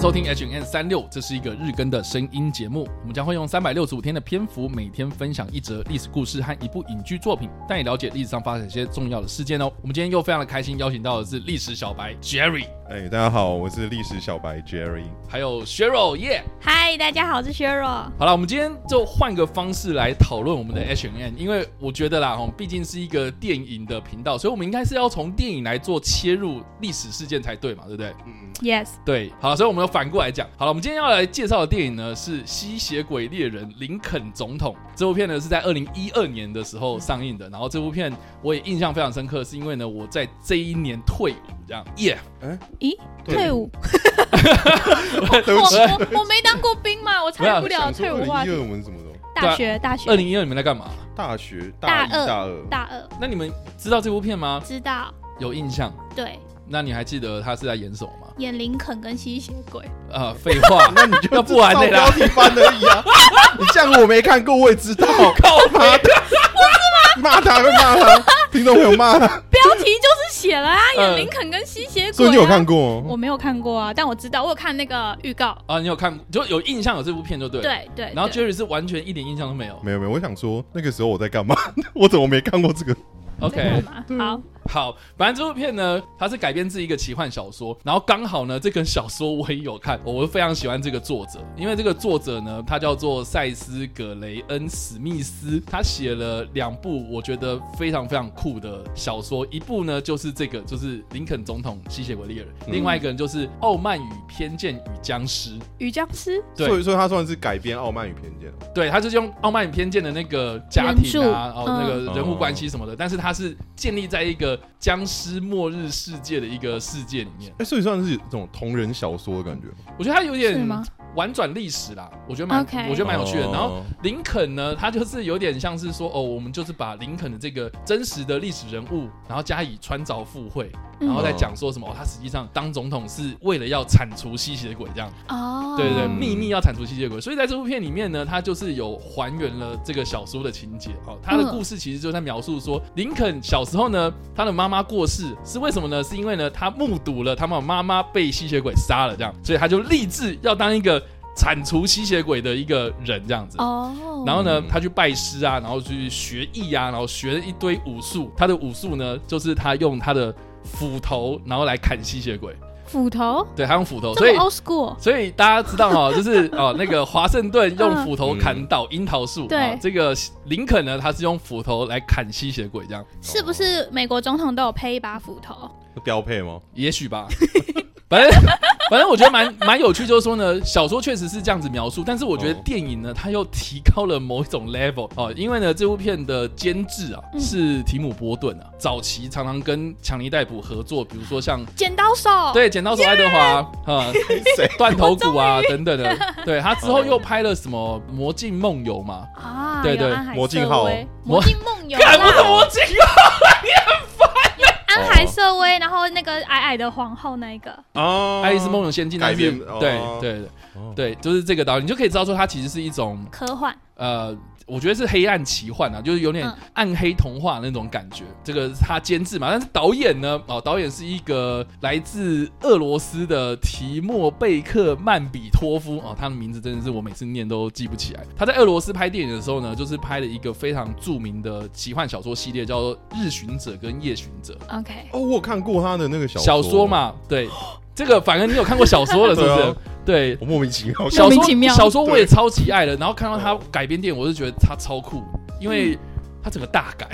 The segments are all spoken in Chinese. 收听 H N 三六，这是一个日更的声音节目。我们将会用三百六十五天的篇幅，每天分享一则历史故事和一部影剧作品，带你了解历史上发生一些重要的事件哦。我们今天又非常的开心，邀请到的是历史小白 Jerry，哎、大家好，我是历史小白 Jerry。哦还有 Cheryl 耶、嗨，大家好，我是 Cheryl。好了，我们今天就换个方式来讨论我们的 H N N，因为我觉得啦，哈，毕竟是一个电影的频道，所以我们应该是要从电影来做切入历史事件才对嘛，对不对？ Yes，对，好，所以我们要反过来讲。好了，我们今天要来介绍的电影呢是《吸血鬼猎人：林肯总统》。这部片呢是在二零一二年的时候上映的。然后这部片我也印象非常深刻，是因为呢我在这一年退伍，这样耶咦，对 退伍？对我不起，我我没当过兵嘛，我参与啊不了想说退二伍零话一题二。我们是什么时候？大学，大学二，零一二你们在干嘛？大学大一二大二大二，那你们知道这部片吗？知道？有印象？对，那你还记得他是在演什么吗？演林肯跟吸血鬼，啊、废话，那你就要不然照呢标啦？题翻而已 啊！你这样我没看过，我也知道，靠北！骂他会骂他，啊听众朋友骂他。标题就是写了啊，嗯演林肯跟吸血所鬼。啊以你有看？过我吗？没有看过啊，但我知道，我有看那个预告。啊，你有看就有印象有这部片就对了。对对，然后对 Jerry 是完全一点印象都没有。没有没有，我想说那个时候我在干嘛？ 我怎么没看过这个？在 OK，啊干嘛好，好，反正这部片呢，它是改编自一个奇幻小说，然后刚好呢，这本小说我也有看，哦我非常喜欢这个作者，因为这个作者呢，他叫做塞斯·葛雷恩·史密斯，他写了两部我觉得非常非常酷的小说，一部呢就是这个，就是林肯总统吸血鬼猎人，嗯另外一个人就是《傲慢与偏见与僵尸》，鱼僵尸对所以说他算是改编《傲慢与偏见》了。对，他就是用傲慢与偏见的那个家人庭数啊，哦，那嗯个人物关系什么的，但是他是建立在一个僵尸末日世界的一个世界里面。哎、所以算是这种同人小说的感觉，我觉得他有是点吗？婉转历史啦，我觉得蛮 OK 我觉得蛮有趣的。哦然后林肯呢，他就是有点像是说，哦，我们就是把林肯的这个真实的历史人物，然后加以穿凿附会，然嗯后再讲说什么，哦，他实际上当总统是为了要铲除吸血鬼这样。哦，对对对，嗯秘密要铲除吸血鬼，所以在这部片里面呢，它就是有还原了这个小说的情节哦。它的嗯故事其实就在描述说，林肯小时候呢，他的妈妈过世是为什么呢？是因为呢，他目睹了他们妈妈被吸血鬼杀了，这样，所以他就立志要当一个铲除吸血鬼的一个人这样子。哦，然后呢嗯，他去拜师啊，然后去学艺啊，然后学了一堆武术。他的武术呢，就是他用他的斧头，然后来砍吸血鬼。斧头，对，他用斧头，所这以么 old school，所以大家知道 哈、就是哦，那个华盛顿用斧头砍倒樱桃树，嗯对啊这个林肯呢，他是用斧头来砍吸血鬼，这样是不是美国总统都有配一把斧头？哦标配吗？也许吧。 反正反正我觉得蛮蛮有趣，就是说呢，小说确实是这样子描述，但是我觉得哦电影呢，它又提高了某一种 level 哦，因为呢，这部片的监制啊嗯是提姆波顿啊，早期常常跟强尼戴普合作，比如说像剪刀手，对《剪刀手爱德华》啊，谁？断头谷啊等等的，对他之后又拍了什么《魔镜梦游》嘛，啊，对对有安海魔瑟镜号薇魔魔镜梦游干不是啦，魔镜安海瑟薇，然后那个矮矮的皇后那一个，哦《爱丽丝梦游仙境》改但哎是编对哦对对哦对，就是这个导演，你就可以知道说它其实是一种科幻呃，我觉得是黑暗奇幻啊，就是有点嗯暗黑童话那种感觉。这个是他监制嘛，但是导演呢，哦，导演是一个来自俄罗斯的提莫贝克曼比托夫哦，他的名字真的是我每次念都记不起来。他在俄罗斯拍电影的时候呢，就是拍了一个非常著名的奇幻小说系列，叫做《日巡者》跟《夜巡者》。 ，OK，哦，我有看过他的那个小小说，嘛，对，这个反正你有看过小说了，是不 对是啊？对，我莫名其妙。小莫名说其妙小说我也对超级爱的，然后看到他改编电影，我就觉得他超酷，因嗯为他整个大 改，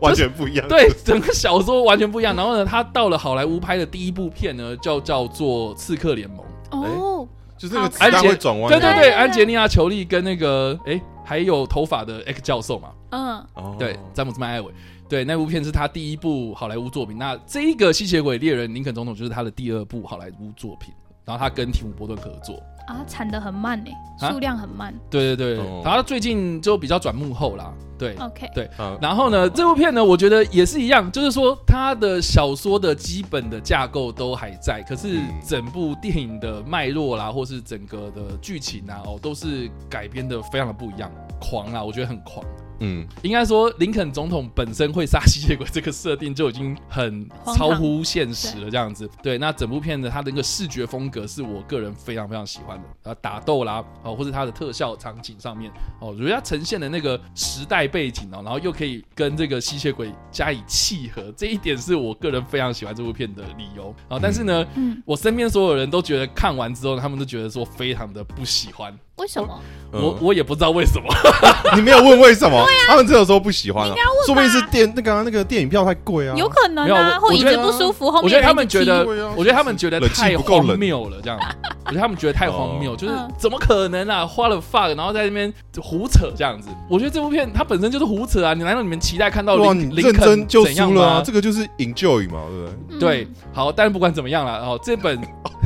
完全不一样。对，整个小说完全不一样。然后呢，他到了好莱坞拍的第一部片呢，叫叫做《刺客联盟》，哦，就是那个好子弹会转弯对的。对对对，对安吉丽娜·裘丽跟那个哎，还有头发的 X 教授嘛，嗯，哦对，詹姆斯·麦艾维。对，那部片是他第一部好莱坞作品。那这一个吸血鬼猎人林肯总统就是他的第二部好莱坞作品，然后他跟提姆·波顿合作。啊，产的很慢呢，啊数量很慢对对对，哦然后他最近就比较转幕后啦，对。 ，OK，啊然后呢，这部片呢，我觉得也是一样，就是说它的小说的基本的架构都还在，可是嗯整部电影的脉络啦，或是整个的剧情啊，哦，都是改编的非常的不一样，狂啊，我觉得很狂。嗯，应该说，林肯总统本身会杀吸血鬼这个设定就已经很超乎现实了，这样子。对，那整部片的它的那个视觉风格是我个人非常非常喜欢的，啊，打斗啦，哦，或者它的特效场景上面，哦，如它呈现的那个时代背景哦，然后又可以跟这个吸血鬼加以契合，这一点是我个人非常喜欢这部片的理由啊、哦。但是呢，嗯，我身边所有人都觉得看完之后，他们都觉得说非常的不喜欢，为什么？我嗯我也不知道为什么。 你没有问为什么？啊他们只有说不喜欢了，啊说不定是吧电那个啊那个电影票太贵啊，有可能没有啊，我或我椅觉得子不舒服，后我面觉得他有们人觉一直得对啊，我觉得他们觉得冷气太不够冷哦荒谬了，这样。我觉得他们觉得太荒谬，就是嗯怎么可能啊？花了 fuck，然后在那边胡扯这样子。我觉得这部片它本身就是胡扯啊！你难道你们期待看到对啊，林你林认真肯就怎样输了啊，吗？这个就是 enjoy 嘛，对不对？踢对，好，但是不管怎么样了哦，这本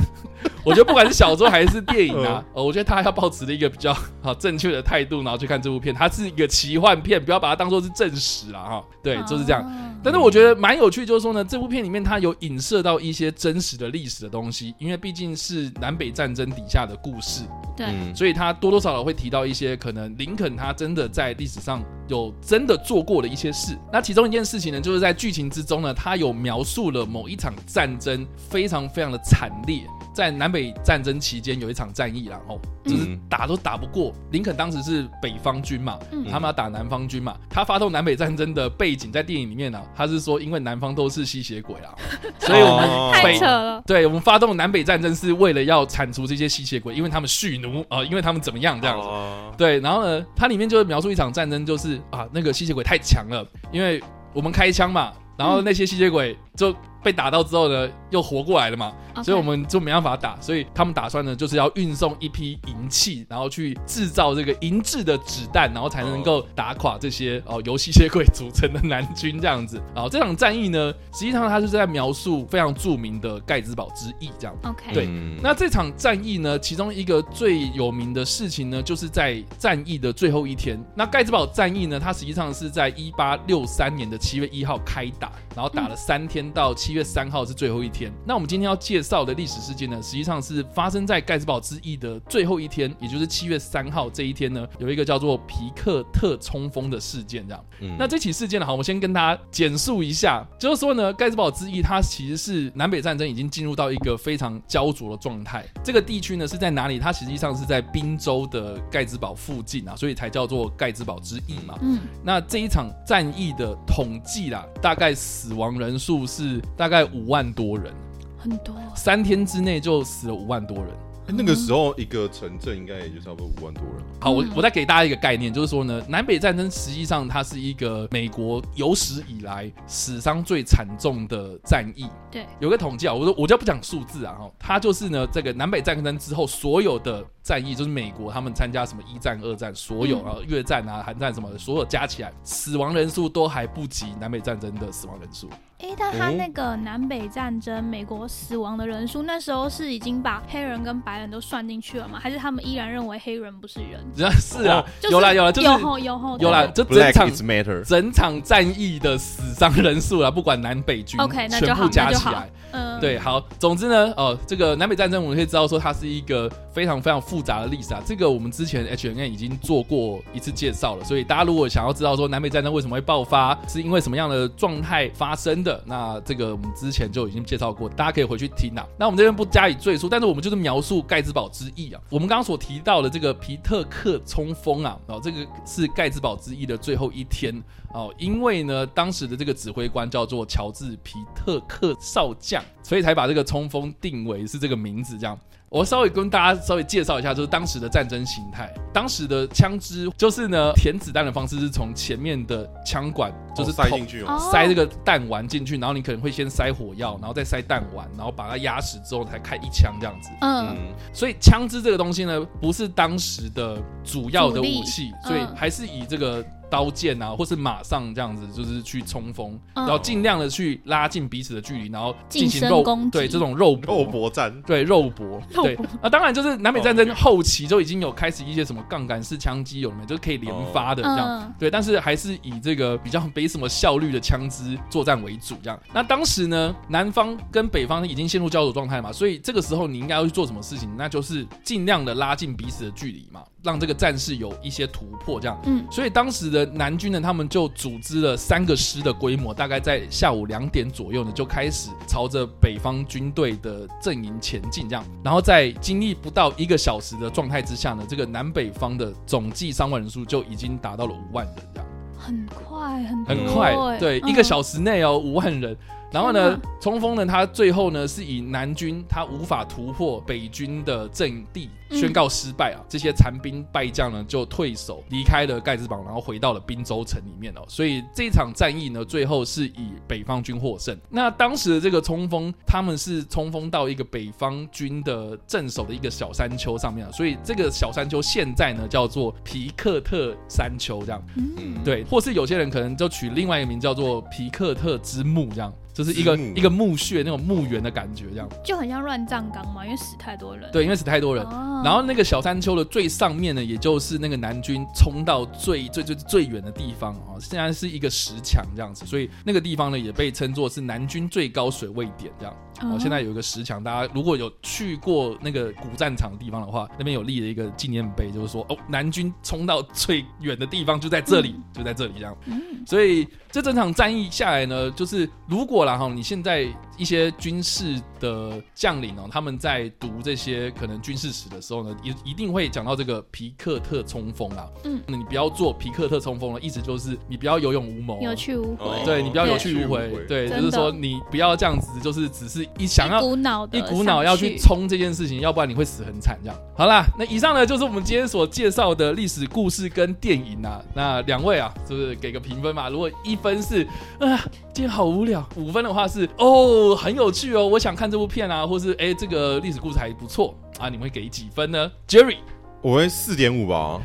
我觉得不管是小说还是电影啊，哦，我觉得他要保持的一个比较好正确的态度，然后去看这部片，它是一个奇幻片，不要把它当做是正史了哈。对，就是这样。。嗯但是我觉得蛮有趣，就是说呢，这部片里面它有影射到一些真实的历史的东西，因为毕竟是南北战争底下的故事，对嗯所以它多多少少会提到一些可能林肯他真的在历史上有真的做过的一些事。那其中一件事情呢，就是在剧情之中呢，他有描述了某一场战争非常非常的惨烈。在南北战争期间有一场战役啦，然后就是嗯打都打不过。林肯当时是北方军嘛，嗯他们要打南方军嗯嘛。他发动南北战争的背景在电影里面呢、啊他是说因为南方都是吸血鬼 啦，所以我们哦太北扯了，对我们发动南北战争是为了要铲除这些吸血鬼，因为他们蓄奴啊、呃因为他们怎么样这样子。子，对，然后呢，它里面就是描述一场战争，就是啊，那个吸血鬼太强了，因为我们开枪嘛，然后那些吸血鬼就被打到之后呢，又活过来了嘛，所以我们就没办法打，所以他们打算呢，就是要运送一批银器，然后去制造这个银制的子弹，然后才能够打垮这些哦由吸血鬼组成的南军这样子。然后这场战役呢，实际上它就是在描述非常著名的盖茨堡之役这样。 OK，对嗯那这场战役呢，其中一个最有名的事情呢，就是在战役的最后一天。那盖茨堡战役呢，它实际上是在一八六三年的七月一号开打，然后打了三天，到七月三号是最后一天。那我们今天要介绍的历史事件呢，实际上是发生在盖茨堡之役的最后一天，也就是七月三号这一天呢，有一个叫做皮克特冲锋的事件，这样。嗯那这起事件呢，好，我们先跟大家简述一下，就是说呢，盖茨堡之役它其实是南北战争已经进入到一个非常焦灼的状态。这个地区呢是在哪里？它实际上是在宾州的盖茨堡附近啊，所以才叫做盖茨堡之役嘛。嗯，那这一场战役的统计啦，大概死亡人数是大概五万多人，很多，三天之内就死了五万多人。那嗯个时候一个城镇应该也就差不多五万多人，好，我嗯我再给大家一个概念，就是说呢，南北战争实际上它是一个美国有史以来史上最惨重的战役。对，有个统计啊，我说我就不讲数字啊，哈，它就是呢，这个南北战争之后所有的战役，就是美国他们参加什么一战、二战，所有嗯啊越战啊、韩战什么的，所有加起来死亡人数都还不及南北战争的死亡人数。诶，但他那个南北战争，美国死亡的人数，那时候是已经把黑人跟白人都算进去了吗？还是他们依然认为黑人不是人？哦人家是啊，就是有啦有啦，就是有吼有吼的有啦，就整哦 Black 场 is matter，整场战役的死伤人数啊啦，不管南北军 OK，那就全好部加那就起好来。嗯，对，好，总之呢，哦，这个南北战争我们可以知道说它是一个非常非常复杂的历史啊。这个我们之前 H N N 已经做过一次介绍了，所以大家如果想要知道说南北战争为什么会爆发，是因为什么样的状态发生的，那这个我们之前就已经介绍过，大家可以回去听啊。那我们这边不加以赘述，但是我们就是描述盖茨堡之役啊。我们刚刚所提到的这个皮特克冲锋啊，哦，这个是盖茨堡之役的最后一天。哦，因为呢，当时的这个指挥官叫做乔治·皮特克少将，所以才把这个冲锋定为是这个名字。这样，我稍微跟大家稍微介绍一下，就是当时的战争形态。当时的枪支就是呢，填子弹的方式是从前面的枪管，就是塞捅进去哦，哦，塞这个弹丸进去，然后你可能会先塞火药，然后再塞弹丸，然后把它压实之后才开一枪这样子。嗯，嗯，所以枪支这个东西呢，不是当时的主要的武器，主力所以嗯还是以这个刀剑啊，或是马上这样子，就是去冲锋，然嗯后尽量的去拉近彼此的距离，然后进近行身肉攻击对这种肉肉搏哦哦战，对肉搏， 肉对搏啊，当然就是南北战争后期就已经有开始一些什么杠杆式枪击，有没有就是可以连哦发的这样，嗯对，但是还是以这个比较没什么效率的枪支作战为主，这样。那当时呢，南方跟北方已经陷入焦灼状态嘛，所以这个时候你应该要去做什么事情？那就是尽量的拉近彼此的距离嘛。让这个战事有一些突破，这样。嗯，所以当时的南军呢，他们就组织了三个师的规模，大概在下午两点左右呢，就开始朝着北方军队的阵营前进，这样。然后在经历不到一个小时的状态之下呢，这个南北方的总计伤亡人数就已经达到了五万人，这样很快很很多快，欸对，嗯一个小时内哦，五万人。然后天呢哪，冲锋呢，他最后呢是以南军他无法突破北军的阵地，嗯宣告失败啊！这些残兵败将呢就退守，离开了盖茨堡，然后回到了滨州城里面哦。所以这场战役呢，最后是以北方军获胜。那当时的这个冲锋，他们是冲锋到一个北方军的镇守的一个小山丘上面啊，所以这个小山丘现在呢叫做皮克特山丘这样。嗯对，或是有些人可能就取另外一个名叫做皮克特之墓，这样就是一个之墓一个墓穴那种墓园的感觉，这样。就很像乱葬岗嘛，因为死太多人。对，因为死太多人。哦，然后那个小山丘的最上面呢，也就是那个南军冲到最最最最远的地方啊、哦，现在是一个石墙这样子，所以那个地方呢也被称作是南军最高水位点这样。哦，嗯现在有一个石墙，大家如果有去过那个古战场的地方的话，那边有立了一个纪念碑，就是说哦，南军冲到最远的地方就在这里，就在这里这样。嗯所以这整场战役下来呢，就是如果啦哈，你现在一些军事的将领哦，他们在读这些可能军事史的时候呢，一一定会讲到这个皮克特冲锋啦。嗯，那你不要做皮克特冲锋了，意思就是你不要有勇无谋。啊有去无回，哦对你不要有去无有去无回，回对，就真的是说你不要这样子，就是只是一想要一股脑的一股脑要去上冲这件事情，要不然你会死很惨。这样好啦，那以上呢就是我们今天所介绍的历史故事跟电影啊。那两位啊，就是给个评分嘛。如果一分是啊，今天好无聊；五分的话是哦，很有趣哦，我想看这部片啊，或是哎、这个历史故事还不错啊，你们会给几分呢？Jerry，我会四点五吧。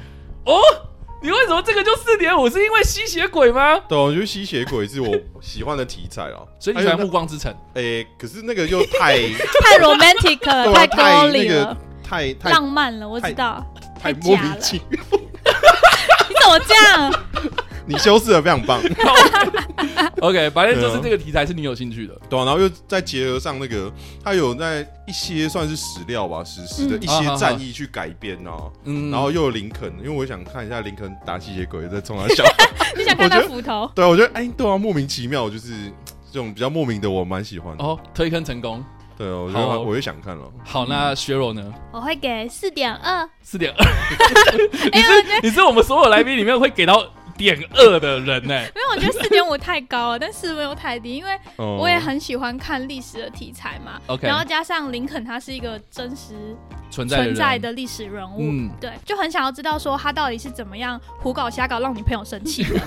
你为什么这个就四点五？是因为吸血鬼吗？对啊，我觉得吸血鬼是我喜欢的题材啦。所以你哎喜呦欢《那暮光之城》诶、可是那个又太太 romantic 对了，啊太高太那里了个，太太浪漫了，我知太道。太太莫假名了其妙。 你怎么这 样？你修饰的非常棒， ？OK，反正啊就是这个题材是你有兴趣的。 对啊，然后又再结合上那个，他有在一些算是史料吧，史实的嗯一啊啊啊些战役去改编啊，嗯，然后又有林肯，因为我想看一下林肯打吸血鬼在冲他 笑。你想看我他觉得斧头？对啊，我觉得哎，对啊，莫名其妙，就是这种比较莫名的，我蛮喜欢的。哦，推坑成功。对啊，我觉得好哦我也想看了。好，那血肉呢？我会给四点二。四点 二，你哎是你是我们所有来宾里面会给到点二的人 呢、因为我觉得四点五太高了，但四分又太低，因为哦我也很喜欢看历史的题材嘛。 OK 然后加上林肯他是一个真实存在的人存在的历史人物， 嗯对，就很想要知道说他到底是怎么样胡搞瞎搞让女朋友生 气的。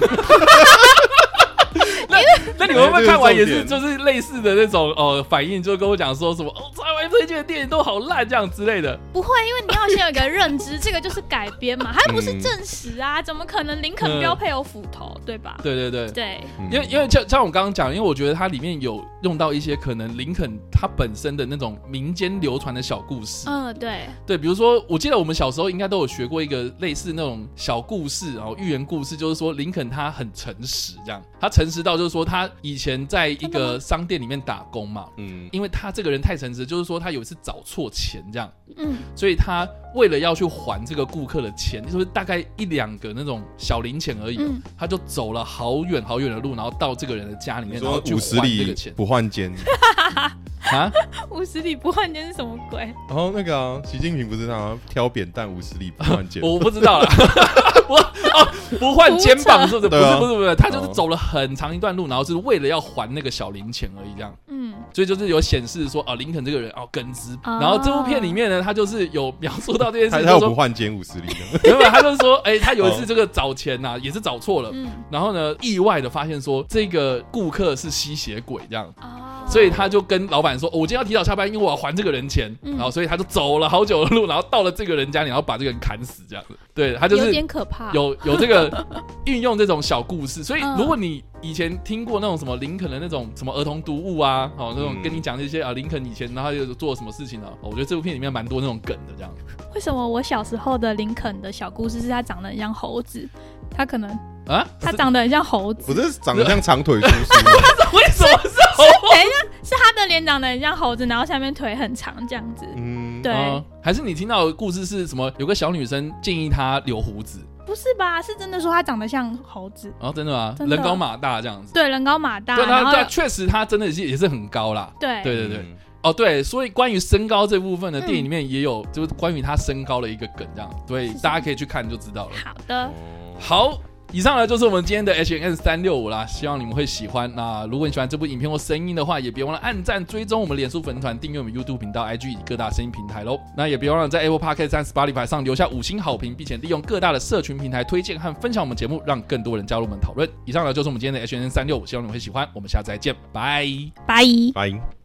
那你会不会看完也是哎这是就重是类似的那种呃反应，就跟我讲说什么哦，台湾推荐的电影都好烂这样之类的。不会，因为你要先有一个认知，这个就是改编 嘛，它不是证实啊，怎么可能林肯标配有斧头，对吧？对对对，对，嗯因为因为像像我刚刚讲，因为我觉得它里面有用到一些可能林肯他本身的那种民间流传的小故事。嗯，对，对，比如说，我记得我们小时候应该都有学过一个类似那种小故事哦，寓言故事，就是说林肯他很诚实，这样他诚实到就是说他以前在一真的个商店里面打工嘛，嗯，因为他这个人太诚实，就是说他有一次找错钱这样，嗯，所以他为了要去还这个顾客的钱，就是大概一两个那种小零钱而已哦，嗯他就走了好远好远的路，然后到这个人的家里你面，然后说去五十还这里个钱不换肩，啊，五十里不换肩是什么鬼？然后那个啊，习近平不是他挑扁担五十里不 换肩，我不知道啦， 我哦不换肩膀是不是？不对是啊不是不是，他就是哦走了很长一段路，然后是为了要还那个小零钱而已，这样。嗯，所以就是有显示说，哦，林肯这个人哦耿直。哦然后这部片里面呢，他就是有描述到这件事他情，他就有是说，不换肩五十里的，原本他就是说，哎，他有一次这个找钱呐，也是找错了。嗯然后呢，意外的发现说这个顾客是吸血鬼这样，啊哦所以他就跟老板说、哦我今天要提早下班，因为我要还这个人钱。嗯然后所以他就走了好久的路，然后到了这个人家里，然后把这个人砍死这样子。对他就是有点可怕，有有这个运用这种小故事，所以啊嗯如果你以前听过那种什么林肯的那种什么儿童读物啊，哦那种嗯跟你讲这些啊林肯以前然后他有做什么事情呢、哦我觉得这部片里面蛮多那种梗的这样。为什么我小时候的林肯的小故事是他长得很像猴子？他可能啊，他是长得很像猴子，不是长得像长腿叔叔吗？ 为什么是等一下是他的脸长得很像猴子，然后下面腿很长这样子。嗯， 对，嗯，还是你听到的故事是什么？有个小女生建议他留胡子，不是吧？是真的说他长得像猴子，然后真的吗？真的人高马大这样子。对，人高马大，对，然他后他确实他真的是也是很高啦。对对对对，嗯哦对，所以关于身高这部分呢，电影里面也有就是关于他身高的一个梗这样，所以是是大家可以去看就知道了。好的，哦好。以上呢就是我们今天的 H N 三六五啦，希望你们会喜欢。那如果你喜欢这部影片或声音的话，也别忘了按赞、追踪我们脸书粉团、订阅我们 YouTube 频道、IG 以及各大声音平台喽。那也别忘了在 Apple Podcast 和 Spotify 上留下五星好评，并且利用各大的社群平台推荐和分享我们节目，让更多人加入我们讨论。以上呢就是我们今天的 H N 三六五，希望你们会喜欢。我们下次再见，拜。拜。拜。